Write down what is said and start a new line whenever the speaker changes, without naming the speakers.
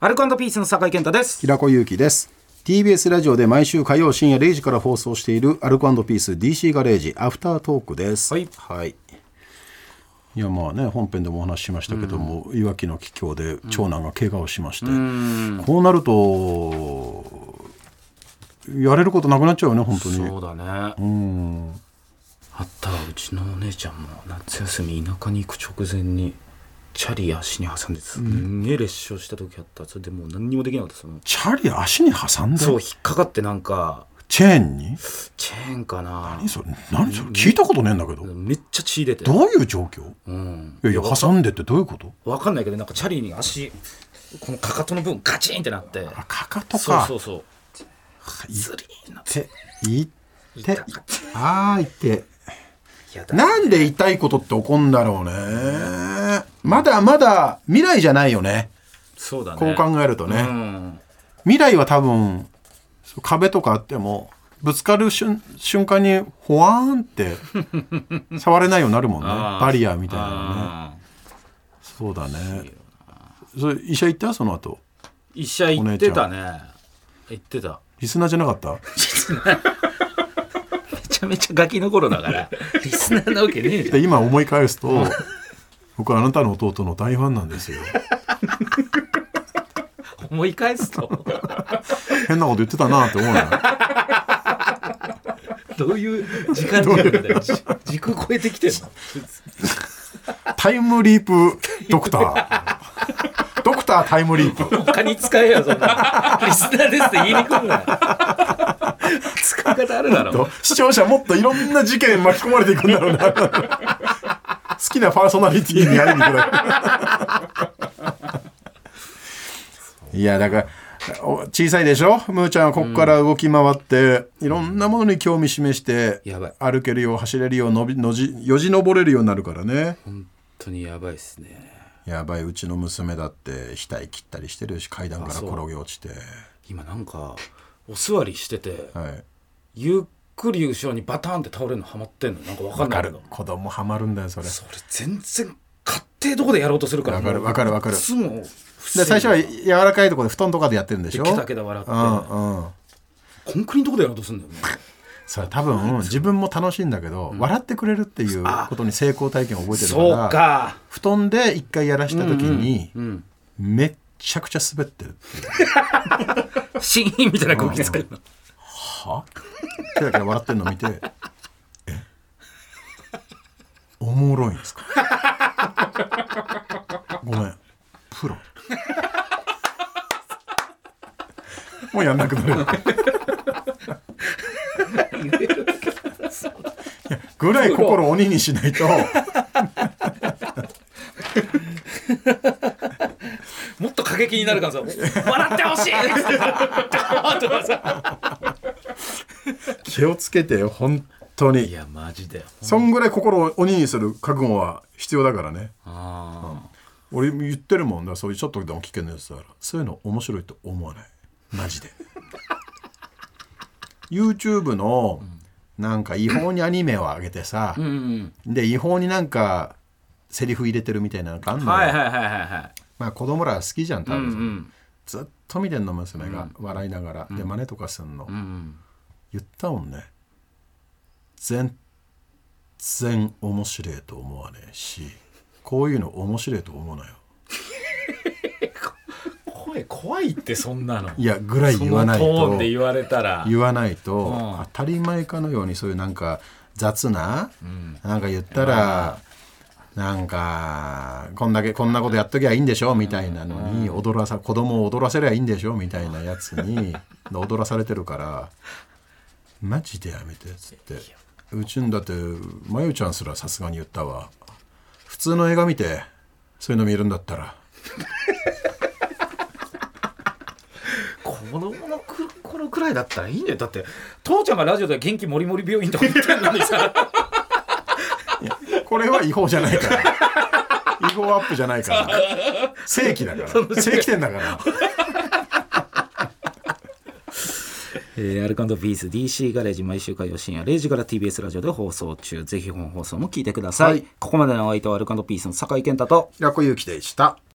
アルコピースの酒井健太です。
平子祐希です TBS ラジオで毎週火曜深夜0時から放送しているアルコピース DC ガレージアフタートークです
はい
い、いやまあね本編でもお話ししましたけども、いわきの帰郷で長男が怪我をしまして、こうなるとやれることなくなっちゃうよね本当に
そうだねあったわうちのお姉ちゃんも夏休み田舎に行く直前にチャリ足に挟んですんげえ列車した時あったそれでもう何にもできなかったその
チャリ足に挟んで
そう引っかかってなんか
チェーンに
チェーンかな
何それ何それ聞いたことねえんだけど、
めっちゃ血出て
どういう状況
うん
いやいや挟んでってどういうこと
わかんないけどなんかチャリに足このかかとの部分ガチンってなって
あかかと
そう
か
そうそう
い
ズリーンなって
て、いて、あーいて。
やだ
なんで痛いことって起こんだろうね。まだまだ未来じゃないよね。
そうだね
こう考えるとね。
うん
未来は多分、そう壁とかあっても、ぶつかる瞬瞬間に、ほわーん って、触れないようになるもんね。
あー
バリアみたいなのね。
あー
そうだね。それ医者行ったその後。
医者行ってたね行ってた
リスナーじゃなかった
めちゃめちゃガキの頃だ からリスナーなわけねえじゃん
で今思い返す と、僕あなたの弟の大ファンなんですよ。
思い返す と
変なこと言ってたなって思うよね。
どういう時間軸なんだよじ時空超えてきてんの
タイムリープドクター。ドクタータイムリープ。
他に使えよそんなリスナーですって言いに来んなよ使い方あるだろ
視聴者もっといろんな事件に巻き込まれていくんだろうな。好きなパーソナリティに会いに来ない。いや、だから、お小さいでしょむーちゃんはここから動き回って、いろんなものに興味示して
やばい、
歩けるよう、走れるよう、のび、のじ、よじ登れるようになるからね。
本当にやばいっすね
やばい、うちの娘だって、額切ったりしてるし、階段から
あそう
転げ落ちて。
今なんかお座りしてて
はい。
ゆっくり後ろにバタンって倒れるのハマってんのなんかわかん
わ
な
か
いけ
る
ど
子供ハマるんだよそれ
それ全然勝手どこでやろうとするから
わかるわかるわかる
いつもで
で最初は柔らかいところで布団とかでやってるんでしょ
ケタケタ笑って
うんうん
コンクリのとこでやろうとするんだよね
それ多分自分も楽しいんだけど、笑ってくれるっていうことに成功体験を覚えてるか
そう
ら
か
布団で一回やらした時に、
うん
めっちゃくちゃ滑ってるっていう
シーンみたいな空気作るの
はケラケラ笑ってるの見てえおもろいんですかごめんプロもうやんなくなるぐらい心を鬼にしないと
もっと過激になるからさ笑ってほしいとかさ
気をつけてよ本当
い
に
やマジで
そんぐらい心を鬼にする覚悟は必要だからね
あ
俺言ってるもんだそういうちょっとでも危険なやつだからそういうの面白いと思わないマ ジで YouTube のなんか違法にアニメを上げてさ、
ーうん
で違法になんかセリフ入れてるみたいなのがあんのよ、
はいはいはいはいはい
まあ子供ら好きじゃん多
うん
分、
うん
ずっと見てんの娘が笑いながら、で真似とかすんの、
うん
言ったもんね全然面白いと思わねえしこういうの面白いと思うなよ
声怖いってそんなの
いやぐらい
そ
言わ
の
ない
ト
と
ーンで言われたら
言わないと、
うん
当たり前かのようにそういうなんか雑な、なんか言ったら、なんかこんだけこんなことやっときゃいいんでしょみたいなのに、踊らさ子供を踊らせりゃいいんでしょみたいなやつ にで踊らされてるからマジでやめてっつってうちんだってまゆちゃんすらさすがに言ったわ普通の映画見てそういうの見るんだったら
子供のく頃くらいだったらいいんだよだって父ちゃんがラジオで元気もりもり病院とか言ってんのにさ
これは違法じゃないから。違法アップじゃないから。正規だから。正規店だ から。
えー、アルカンドピース DC ガレージ毎週火曜深夜0時から TBS ラジオで放送中ぜひ本放送も聞いてください、
はい
ここまでのお相手はアルカンドピースの酒井健太と
平子祐希でした。